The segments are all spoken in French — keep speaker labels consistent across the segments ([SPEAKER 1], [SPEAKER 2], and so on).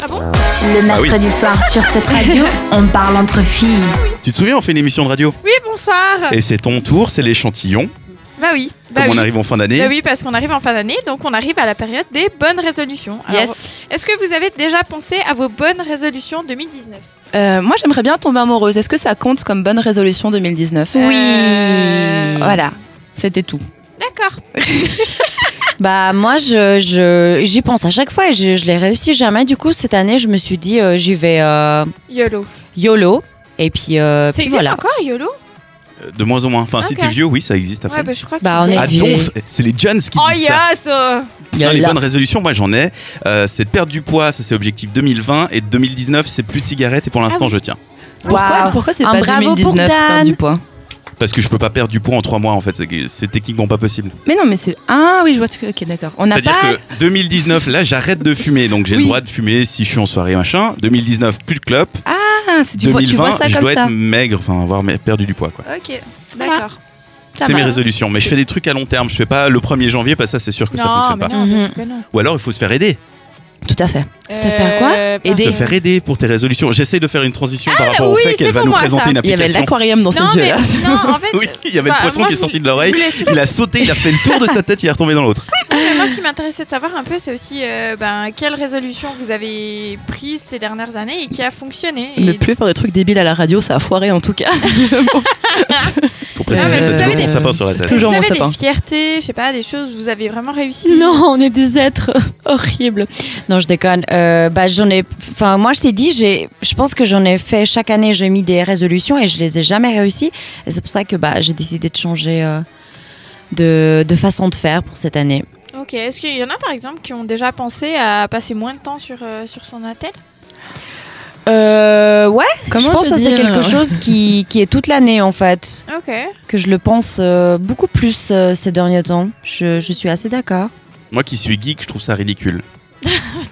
[SPEAKER 1] Ah bon
[SPEAKER 2] Le
[SPEAKER 3] Ah oui.
[SPEAKER 2] mercredi soir sur cette radio, on parle entre filles.
[SPEAKER 3] Tu te souviens, on fait une émission de radio
[SPEAKER 1] Oui, bonsoir.
[SPEAKER 3] Et c'est ton tour, c'est l'échantillon.
[SPEAKER 1] Bah oui. Bah
[SPEAKER 3] Comme
[SPEAKER 1] oui.
[SPEAKER 3] on arrive en fin d'année,
[SPEAKER 1] Bah oui, parce qu'on arrive en fin d'année, donc on arrive à la période des bonnes résolutions. Alors,
[SPEAKER 4] Yes.
[SPEAKER 1] Est-ce que vous avez déjà pensé à vos bonnes résolutions 2019
[SPEAKER 4] Euh, moi, j'aimerais bien tomber amoureuse. Est-ce que ça compte comme bonne résolution 2019
[SPEAKER 1] Oui. Euh,
[SPEAKER 4] Voilà, c'était tout.
[SPEAKER 1] D'accord.
[SPEAKER 5] Bah moi je je- j'y pense à chaque fois et je, je l'ai réussi jamais. Du coup cette année je me suis dit euh, j'y vais euh,
[SPEAKER 1] YOLO.
[SPEAKER 5] YOLO et puis, euh,
[SPEAKER 1] Ça
[SPEAKER 5] puis
[SPEAKER 1] existe
[SPEAKER 5] voilà.
[SPEAKER 1] encore, YOLO
[SPEAKER 3] euh, de moins en moins. Enfin, si
[SPEAKER 1] Ok.
[SPEAKER 3] t'es vieux, oui, ça existe à
[SPEAKER 1] Ouais,
[SPEAKER 3] fait.
[SPEAKER 1] bah je crois que
[SPEAKER 5] Bah, on est
[SPEAKER 3] Ah,
[SPEAKER 5] vieux.
[SPEAKER 3] donf, c'est les Jones qui
[SPEAKER 1] Oh
[SPEAKER 3] disent ça.
[SPEAKER 1] yes euh.
[SPEAKER 3] Non, les
[SPEAKER 5] YOLO.
[SPEAKER 3] bonnes résolutions, moi j'en ai. Euh, c'est de perdre du poids, ça c'est objectif 2020. Et 2019, c'est plus de cigarettes. Et pour
[SPEAKER 4] Ah
[SPEAKER 3] l'instant,
[SPEAKER 1] oui.
[SPEAKER 3] je tiens.
[SPEAKER 4] Pourquoi,
[SPEAKER 5] Waouh.
[SPEAKER 4] pourquoi c'est
[SPEAKER 5] Un
[SPEAKER 4] pas
[SPEAKER 5] bravo pour
[SPEAKER 4] 2019 perdre
[SPEAKER 5] Dan.
[SPEAKER 4] du poids
[SPEAKER 3] Parce que je peux pas perdre du poids en 3 mois en fait. C'est- C'est techniquement pas possible.
[SPEAKER 4] Mais non, mais c'est. Ah oui, je vois. ce que- Ok, d'accord. On n'a
[SPEAKER 3] C'est-à-dire
[SPEAKER 4] pas.
[SPEAKER 3] que 2019, là j'arrête de fumer. Donc j'ai le
[SPEAKER 4] Oui.
[SPEAKER 3] droit de fumer si je suis en soirée machin. 2019, plus de clopes.
[SPEAKER 4] Ah, c'est- tu, vois,
[SPEAKER 3] 2020,
[SPEAKER 4] tu vois ça
[SPEAKER 3] je
[SPEAKER 4] comme
[SPEAKER 3] dois
[SPEAKER 4] ça.
[SPEAKER 3] être maigre, enfin avoir mais- perdu du poids quoi.
[SPEAKER 1] Ok, d'accord.
[SPEAKER 4] Ça
[SPEAKER 3] C'est mes
[SPEAKER 4] va.
[SPEAKER 3] résolutions. Mais je fais des trucs à long terme. Je fais pas le 1er janvier parce que ça c'est sûr que ça
[SPEAKER 1] Non,
[SPEAKER 3] fonctionne
[SPEAKER 1] mais
[SPEAKER 3] pas.
[SPEAKER 1] non,
[SPEAKER 5] Mhm.
[SPEAKER 1] parce que non.
[SPEAKER 3] Ou alors il faut se faire aider.
[SPEAKER 4] Tout à fait.
[SPEAKER 5] Se faire quoi
[SPEAKER 1] Euh,
[SPEAKER 5] Aider.
[SPEAKER 3] Se faire aider pour tes résolutions. J'essaie de faire une transition par rapport
[SPEAKER 1] Ah, oui,
[SPEAKER 3] au fait
[SPEAKER 1] c'est
[SPEAKER 3] qu'elle va
[SPEAKER 1] pour
[SPEAKER 3] nous
[SPEAKER 1] moi,
[SPEAKER 3] présenter
[SPEAKER 1] ça.
[SPEAKER 3] une
[SPEAKER 4] Il y avait
[SPEAKER 3] application.
[SPEAKER 4] l'aquarium dans
[SPEAKER 1] Non,
[SPEAKER 4] ses
[SPEAKER 1] mais
[SPEAKER 4] yeux là.
[SPEAKER 1] non, en fait.
[SPEAKER 3] Oui, il y avait
[SPEAKER 1] bah,
[SPEAKER 3] le poisson
[SPEAKER 1] moi,
[SPEAKER 3] qui est
[SPEAKER 1] je-
[SPEAKER 3] sorti de
[SPEAKER 1] je
[SPEAKER 3] l'oreille.
[SPEAKER 1] voulais surtout
[SPEAKER 3] Il a sauté, il a fait le tour de sa tête, il est retombé dans l'autre.
[SPEAKER 1] Mais moi, ce qui m'intéressait de savoir un peu, c'est aussi euh, ben, quelle résolution vous avez prise ces dernières années et qui a fonctionné. Et-
[SPEAKER 4] Ne plus faire des trucs débiles à la radio, ça a foiré en tout cas.
[SPEAKER 3] Faut préciser,
[SPEAKER 1] Ah, mais
[SPEAKER 3] ça,
[SPEAKER 1] vous savez
[SPEAKER 3] c'est toujours
[SPEAKER 1] des-
[SPEAKER 3] mon sapin sur la tête.
[SPEAKER 4] Toujours.
[SPEAKER 1] vous
[SPEAKER 4] mon
[SPEAKER 1] avez
[SPEAKER 4] sapin.
[SPEAKER 1] des fiertés, je sais pas, des choses où vous avez vraiment réussi.
[SPEAKER 5] Non on est des êtres horribles. Non je déconne. Euh, bah j'en ai. Enfin moi je t'ai dit j'ai je pense que j'en ai fait chaque année j'ai mis des résolutions et je les ai jamais réussies et c'est pour ça que bah j'ai décidé de changer euh, de de façon de faire pour cette année.
[SPEAKER 1] Ok, est-ce qu'il y en a par exemple qui ont déjà pensé à passer moins de temps sur, euh, sur son attel
[SPEAKER 5] Euh, ouais.
[SPEAKER 4] Comment
[SPEAKER 5] je pense
[SPEAKER 4] te
[SPEAKER 5] que c'est
[SPEAKER 4] dire
[SPEAKER 5] quelque chose qui, qui est toute l'année en fait.
[SPEAKER 1] Ok.
[SPEAKER 3] Mm.
[SPEAKER 5] que je le pense euh, beaucoup plus euh, ces derniers temps. Je, je suis assez d'accord.
[SPEAKER 3] Moi qui suis geek, je trouve ça ridicule.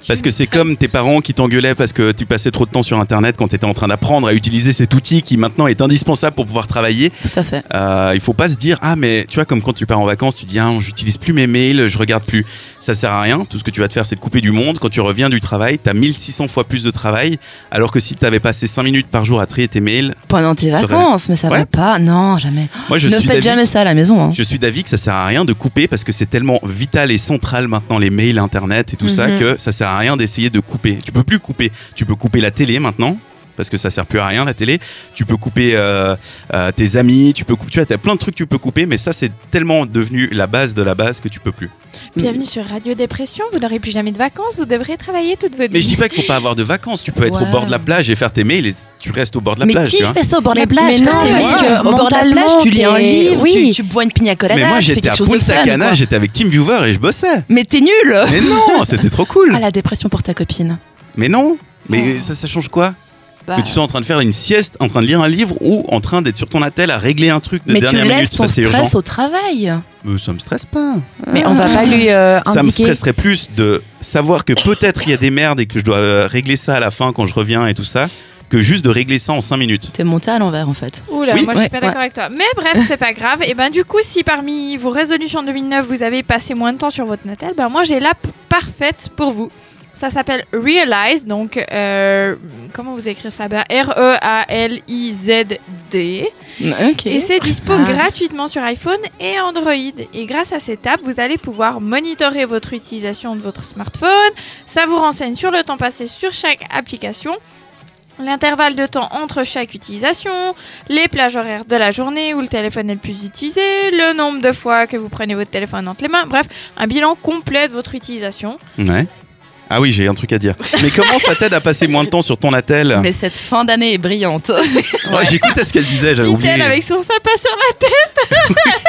[SPEAKER 3] Parce que c'est comme tes parents qui t'engueulaient parce que tu passais trop de temps sur internet quand tu étais en train d'apprendre à utiliser cet outil qui maintenant est indispensable pour pouvoir travailler.
[SPEAKER 4] Tout à fait.
[SPEAKER 3] Euh, il faut pas se dire ah mais tu vois comme quand tu pars en vacances tu dis ah j'utilise plus mes mails je regarde plus ça sert à rien tout ce que tu vas te faire c'est te couper du monde quand tu reviens du travail t'as 1600 fois plus de travail alors que si t'avais passé 5 minutes par jour à trier tes mails
[SPEAKER 4] Pendant tes
[SPEAKER 3] Ça va.
[SPEAKER 4] vacances, mais ça
[SPEAKER 3] Ouais.
[SPEAKER 4] va pas. Non, jamais.
[SPEAKER 3] moi je
[SPEAKER 4] ne
[SPEAKER 3] suis
[SPEAKER 4] faites
[SPEAKER 3] d'avis
[SPEAKER 4] jamais ça à la maison. hein.
[SPEAKER 3] je suis d'avis que ça sert à rien de couper parce que c'est tellement vital et central maintenant les mails, internet et tout ça
[SPEAKER 5] Mhm.
[SPEAKER 3] que ça sert à rien d'essayer de couper. Tu peux plus couper. Tu peux couper la télé maintenant parce que ça sert plus à rien la télé. Tu peux couper euh, euh, tes amis, tu peux couper. Tu vois, t'as plein de trucs que tu peux couper, mais ça c'est tellement devenu la base de la base que tu peux plus.
[SPEAKER 1] Bienvenue sur Radio Dépression, vous n'aurez plus jamais de vacances, vous devrez travailler toute votre
[SPEAKER 3] Mais je
[SPEAKER 1] vie.
[SPEAKER 3] dis pas qu'il faut pas avoir de vacances. Tu peux être au
[SPEAKER 4] Ouais.
[SPEAKER 3] bord de la plage et faire tes mails. Et tu restes au bord de la
[SPEAKER 4] mais
[SPEAKER 3] plage. hein.
[SPEAKER 4] qui
[SPEAKER 3] tu vois.
[SPEAKER 4] fait ça au bord de la
[SPEAKER 5] Mais-
[SPEAKER 4] plage
[SPEAKER 5] mais
[SPEAKER 4] Parce
[SPEAKER 5] non,
[SPEAKER 4] que
[SPEAKER 5] mais
[SPEAKER 4] c'est
[SPEAKER 5] ouais.
[SPEAKER 4] parce que au bord de la plage,
[SPEAKER 5] Mentalement,
[SPEAKER 4] tu lis un
[SPEAKER 5] t'es-
[SPEAKER 4] livre,
[SPEAKER 5] oui.
[SPEAKER 4] tu, tu bois une pina colada,
[SPEAKER 3] mais moi
[SPEAKER 4] tu fais
[SPEAKER 3] j'étais à
[SPEAKER 4] quelque chose de
[SPEAKER 3] Punta
[SPEAKER 4] fun,
[SPEAKER 3] Cana,
[SPEAKER 4] quoi.
[SPEAKER 3] j'étais avec TeamViewer et je bossais.
[SPEAKER 4] Mais t'es nul
[SPEAKER 3] Mais non, c'était trop cool.
[SPEAKER 4] Ah, la dépression pour ta copine.
[SPEAKER 3] Mais non.
[SPEAKER 4] Oh.
[SPEAKER 3] Mais ça, ça change quoi
[SPEAKER 4] Bah,
[SPEAKER 3] Que tu sois en train de faire une sieste, en train de lire un livre ou en train d'être sur ton attel à régler un truc de
[SPEAKER 4] mais tu
[SPEAKER 3] dernière
[SPEAKER 4] laisses
[SPEAKER 3] minute
[SPEAKER 4] ton
[SPEAKER 3] parce que c'est
[SPEAKER 4] stress
[SPEAKER 3] urgent.
[SPEAKER 4] au travail.
[SPEAKER 3] Mais Euh, ça me stresse pas.
[SPEAKER 5] Mais on va pas lui euh,
[SPEAKER 3] Ça me
[SPEAKER 5] indiquer.
[SPEAKER 3] stresserait plus de savoir que peut-être il y a des merdes et que je dois euh, régler ça à la fin quand je reviens et tout ça, que juste de régler ça en 5 minutes.
[SPEAKER 4] T'es monté à l'envers, en fait.
[SPEAKER 1] Oula,
[SPEAKER 3] Oui.
[SPEAKER 1] moi je suis
[SPEAKER 4] Ouais,
[SPEAKER 1] pas d'accord avec toi. Mais bref, c'est pas grave. Et ben du coup, si parmi vos résolutions 2009 vous avez passé moins de temps sur votre natal, ben moi j'ai l'app parfaite pour vous. Ça s'appelle Realize, donc euh, comment vous écrire ça Ben, R-E-A-L-I-Z-D.
[SPEAKER 4] Mm, Ok.
[SPEAKER 1] Et c'est dispo
[SPEAKER 4] Ah.
[SPEAKER 1] gratuitement sur iPhone et Android. Et grâce à cette app, vous allez pouvoir monitorer votre utilisation de votre smartphone. Ça vous renseigne sur le temps passé sur chaque application, l'intervalle de temps entre chaque utilisation, les plages horaires de la journée où le téléphone est le plus utilisé, le nombre de fois que vous prenez votre téléphone entre les mains. Bref, un bilan complet de votre utilisation.
[SPEAKER 3] Ouais. Ah oui, j'ai un truc à dire. Mais comment ça t'aide à passer moins de temps sur ton attel
[SPEAKER 4] Mais cette fin d'année est brillante.
[SPEAKER 3] Ouais, J'écoutais ce qu'elle disait, j'avais oublié.
[SPEAKER 1] Dit-elle avec son sapin sur la tête.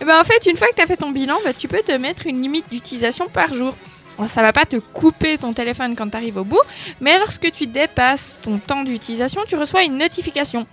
[SPEAKER 1] Eh ben en fait, une fois que tu as fait ton bilan, bah, tu peux te mettre une limite d'utilisation par jour. Bon, ça va pas te couper ton téléphone quand tu arrives au bout, mais lorsque tu dépasses ton temps d'utilisation, tu reçois une notification.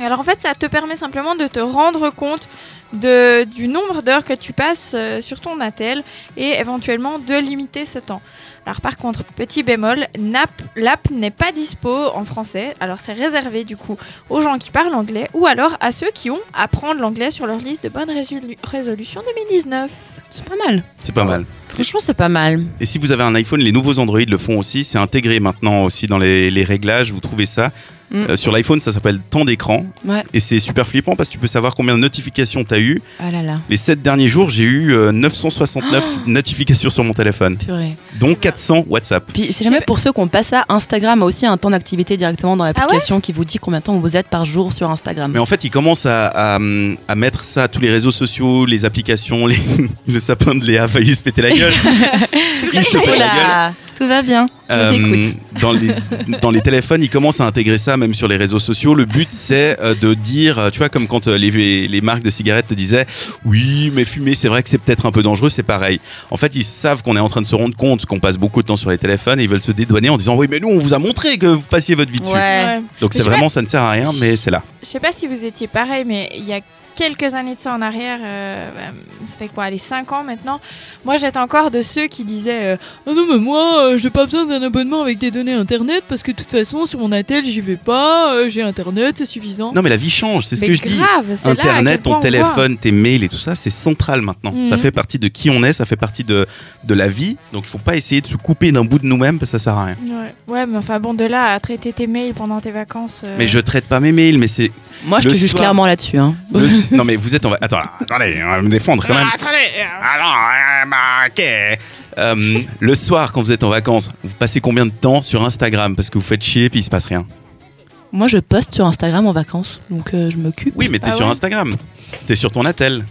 [SPEAKER 1] Et alors en fait, ça te permet simplement de te rendre compte de- du nombre d'heures que tu passes euh, sur ton attel et éventuellement de limiter ce temps. Alors par contre, petit bémol, nap- l'app n'est pas dispo en français, alors c'est réservé du coup aux gens qui parlent anglais ou alors à ceux qui ont apprendre l'anglais sur leur liste de bonnes résolu- résolutions 2019.
[SPEAKER 6] C'est pas mal.
[SPEAKER 3] C'est pas mal.
[SPEAKER 5] Franchement, c'est pas mal.
[SPEAKER 3] Et si vous avez un iPhone, les nouveaux Android le font aussi. C'est intégré maintenant aussi dans les, les réglages. Vous trouvez ça.
[SPEAKER 4] Mm.
[SPEAKER 3] Euh, sur l'iPhone, ça s'appelle temps d'écran.
[SPEAKER 4] Ouais.
[SPEAKER 3] Et c'est super flippant parce que tu peux savoir combien de notifications tu as eu.
[SPEAKER 4] Ah là là,
[SPEAKER 3] Les 7 derniers jours, j'ai eu euh, 969 notifications sur mon téléphone,
[SPEAKER 4] purée.
[SPEAKER 3] dont 400 WhatsApp.
[SPEAKER 4] Puis c'est jamais
[SPEAKER 1] J'ai-
[SPEAKER 4] pour ceux qu'on passe à Instagram a aussi un temps d'activité directement dans l'application qui vous dit combien de temps vous êtes par jour sur Instagram.
[SPEAKER 3] Mais en fait, ils commencent à, à, hum, à mettre ça à tous les réseaux sociaux, les applications, les- le sapin de Léa a failli se péter la gueule. Il se pète la gueule.
[SPEAKER 4] Tout va bien. Je
[SPEAKER 3] Euh,
[SPEAKER 4] vous écoute.
[SPEAKER 3] dans, les, dans les téléphones, ils commencent à intégrer ça, même sur les réseaux sociaux. Le but, c'est euh, de dire, euh, tu vois, comme quand euh, les, les marques de cigarettes te disaient, oui, mais fumer, c'est vrai que c'est peut-être un peu dangereux, c'est pareil. En fait, ils savent qu'on est en train de se rendre compte qu'on passe beaucoup de temps sur les téléphones et ils veulent se dédouaner en disant, oui, mais nous, on vous a montré que vous passiez votre vie dessus.
[SPEAKER 1] Ouais.
[SPEAKER 3] Donc
[SPEAKER 1] Mais
[SPEAKER 3] c'est
[SPEAKER 1] je
[SPEAKER 3] vraiment, ça ne sert à rien, mais c'est là.
[SPEAKER 1] Je sais pas si vous étiez pareil, mais il y a quelques années de ça en arrière, euh, bah, ça fait quoi, les 5 ans maintenant, moi j'étais encore de ceux qui disaient euh,
[SPEAKER 6] Ah non, mais moi, euh, j'ai pas besoin d'un abonnement avec des données internet parce que de toute façon, sur mon attel, j'y vais pas, euh, j'ai internet, c'est suffisant.
[SPEAKER 3] Non, mais la vie change, c'est ce
[SPEAKER 1] Mais
[SPEAKER 3] que je dis.
[SPEAKER 1] grave, c'est là à quel
[SPEAKER 3] Internet,
[SPEAKER 1] point
[SPEAKER 3] ton
[SPEAKER 1] on voit.
[SPEAKER 3] téléphone, tes mails et tout ça, c'est central maintenant.
[SPEAKER 6] Mhm.
[SPEAKER 3] Ça fait partie de qui on est, ça fait partie de, de la vie. Donc il faut pas essayer de se couper d'un bout de nous-mêmes parce que ça sert à rien.
[SPEAKER 1] Ouais. Ouais, mais enfin bon, de là à traiter tes mails pendant tes vacances. euh,
[SPEAKER 3] Mais je traite pas mes mails, mais c'est.
[SPEAKER 4] Moi, je
[SPEAKER 3] le
[SPEAKER 4] te juge
[SPEAKER 3] soir-
[SPEAKER 4] clairement là-dessus. hein.
[SPEAKER 3] le- non mais vous êtes. en va- Attends, attendez, on va me défendre quand même.
[SPEAKER 1] Ah, euh.
[SPEAKER 3] Alors, euh, bah, ok. Euh, le soir, quand vous êtes en vacances, vous passez combien de temps sur Instagram parce que vous faites chier puis il se passe rien.
[SPEAKER 4] Moi, je poste sur Instagram en vacances, donc euh, je m'occupe.
[SPEAKER 3] Oui, mais t'es
[SPEAKER 1] Ah
[SPEAKER 3] sur
[SPEAKER 1] ouais
[SPEAKER 3] Instagram, t'es sur ton attel.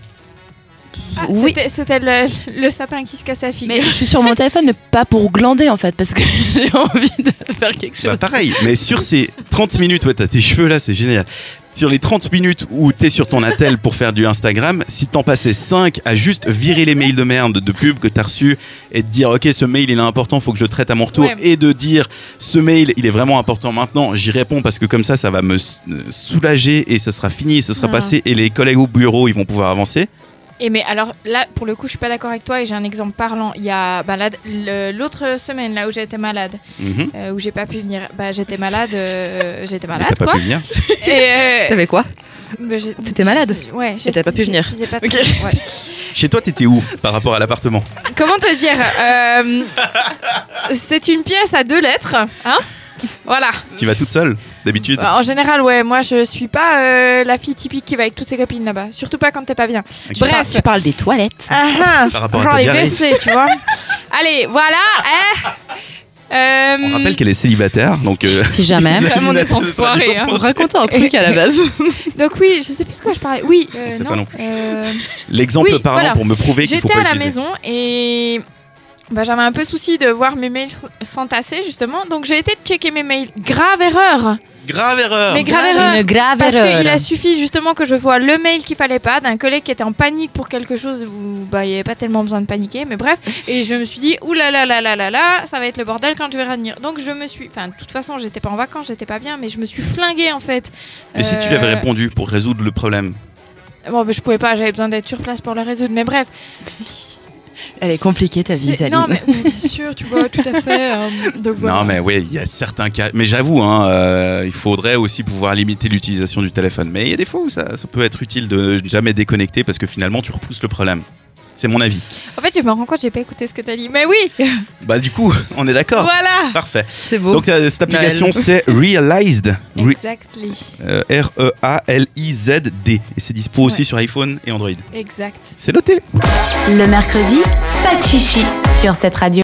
[SPEAKER 1] ah,
[SPEAKER 4] oui.
[SPEAKER 1] c'était- C'était le, le sapin qui se casse la figure.
[SPEAKER 4] Mais je suis sur mon téléphone, mais pas pour glander en fait, parce que j'ai envie de faire quelque chose.
[SPEAKER 3] Bah, pareil, mais sur ces 30 minutes, ouais, t'as tes cheveux là, c'est génial. Sur les 30 minutes où t'es sur ton attel pour faire du Instagram, si t'en passais 5 à juste virer les mails de merde de pub que t'as reçu et de dire ok ce mail il est important, faut que je le traite à mon retour
[SPEAKER 1] Ouais.
[SPEAKER 3] et de dire ce mail il est vraiment important maintenant, j'y réponds parce que comme ça ça va me s- euh, soulager et ça sera fini, et ça sera
[SPEAKER 1] Ah.
[SPEAKER 3] passé et les collègues au bureau ils vont pouvoir avancer.
[SPEAKER 1] Et mais alors là, pour le coup, je suis pas d'accord avec toi et j'ai un exemple parlant. Il y a bah, là, le- l'autre semaine là où j'étais malade,
[SPEAKER 3] Mhm.
[SPEAKER 1] euh, où j'ai pas pu venir. Bah j'étais malade, euh, j'étais
[SPEAKER 3] Mais
[SPEAKER 1] malade
[SPEAKER 3] T'as pas
[SPEAKER 1] quoi.
[SPEAKER 3] pu venir.
[SPEAKER 1] Et, euh,
[SPEAKER 4] T'avais quoi
[SPEAKER 1] bah, j'ai-
[SPEAKER 4] T'étais malade
[SPEAKER 1] Ouais.
[SPEAKER 4] Et t'as pas pu
[SPEAKER 1] j'étais-
[SPEAKER 4] venir.
[SPEAKER 1] je faisais pas
[SPEAKER 4] Ok.
[SPEAKER 1] trop- ouais.
[SPEAKER 3] Chez toi t'étais où par rapport à l'appartement
[SPEAKER 1] Comment te dire euh, C'est une pièce à deux lettres, hein Voilà.
[SPEAKER 3] Tu vas toute seule d'habitude
[SPEAKER 1] Bah, En général, ouais, moi je suis pas euh, la fille typique qui va avec toutes ses copines là-bas. Surtout pas quand t'es pas bien.
[SPEAKER 3] Ok.
[SPEAKER 1] Bref.
[SPEAKER 4] Tu parles des toilettes.
[SPEAKER 1] Ah, ah.
[SPEAKER 3] Par rapport à
[SPEAKER 1] Genre
[SPEAKER 3] ta
[SPEAKER 1] les
[SPEAKER 3] diarrhée.
[SPEAKER 1] WC, tu vois. Allez, voilà. hein. Euh,
[SPEAKER 3] On rappelle qu'elle est célibataire donc. euh,
[SPEAKER 5] Ah, Si jamais.
[SPEAKER 3] Ils
[SPEAKER 1] Hein Vraiment des
[SPEAKER 3] animent notre
[SPEAKER 1] enfoirés, hein.
[SPEAKER 4] On racontait un truc à la base.
[SPEAKER 1] donc oui, je sais plus de quoi je parlais. Oui, euh,
[SPEAKER 3] Je sais
[SPEAKER 1] non.
[SPEAKER 3] pas non
[SPEAKER 1] euh,
[SPEAKER 3] L'exemple
[SPEAKER 1] Oui,
[SPEAKER 3] parlant
[SPEAKER 1] voilà.
[SPEAKER 3] pour me prouver qu'il faut
[SPEAKER 1] J'étais
[SPEAKER 3] pas
[SPEAKER 1] à la
[SPEAKER 3] utiliser.
[SPEAKER 1] maison et bah, j'avais un peu souci de voir mes mails s- s'entasser justement. Donc j'ai été checker mes mails. Grave erreur.
[SPEAKER 3] Grave erreur.
[SPEAKER 1] Mais grave erreur.
[SPEAKER 5] Une
[SPEAKER 4] Ah,
[SPEAKER 5] grave
[SPEAKER 1] Parce qu'il a
[SPEAKER 5] erreur.
[SPEAKER 1] suffi justement que je vois le mail qu'il fallait pas d'un collègue qui était en panique pour quelque chose où bah, il n'y avait pas tellement besoin de paniquer, mais bref. Et je me suis dit, ouh là là là là là là, ça va être le bordel quand je vais revenir. Donc je me suis, enfin de toute façon j'étais pas en vacances, j'étais pas bien, mais je me suis flinguée en fait. Euh,
[SPEAKER 3] Mais si tu lui avais répondu pour résoudre le problème,
[SPEAKER 1] Bon, mais je pouvais pas, j'avais besoin d'être sur place pour le résoudre, mais bref.
[SPEAKER 4] Elle est compliquée ta vie,
[SPEAKER 1] C'est-
[SPEAKER 4] Zaline.
[SPEAKER 1] Non, mais oui, bien sûr, tu vois, tout à fait. euh, donc voilà.
[SPEAKER 3] non mais oui, il y a certains cas. Mais j'avoue, hein, euh, il faudrait aussi pouvoir limiter l'utilisation du téléphone. Mais il y a des fois où ça, ça peut être utile de jamais déconnecter parce que finalement tu repousses le problème. C'est mon avis.
[SPEAKER 1] En fait, je me rends compte, j'ai pas écouté ce que t'as dit. Mais oui,
[SPEAKER 3] Bah du coup, on est d'accord.
[SPEAKER 1] voilà.
[SPEAKER 3] Parfait.
[SPEAKER 4] C'est
[SPEAKER 1] Oh.
[SPEAKER 4] beau.
[SPEAKER 3] Donc euh, cette application
[SPEAKER 4] Noël.
[SPEAKER 3] c'est Realized, Re-
[SPEAKER 1] Exactly,
[SPEAKER 3] euh, R-E-A-L-I-Z-D, et c'est dispo aussi
[SPEAKER 1] Ouais.
[SPEAKER 3] sur iPhone et Android.
[SPEAKER 1] exact.
[SPEAKER 3] C'est noté.
[SPEAKER 2] Le mercredi, pas de chichi sur cette radio.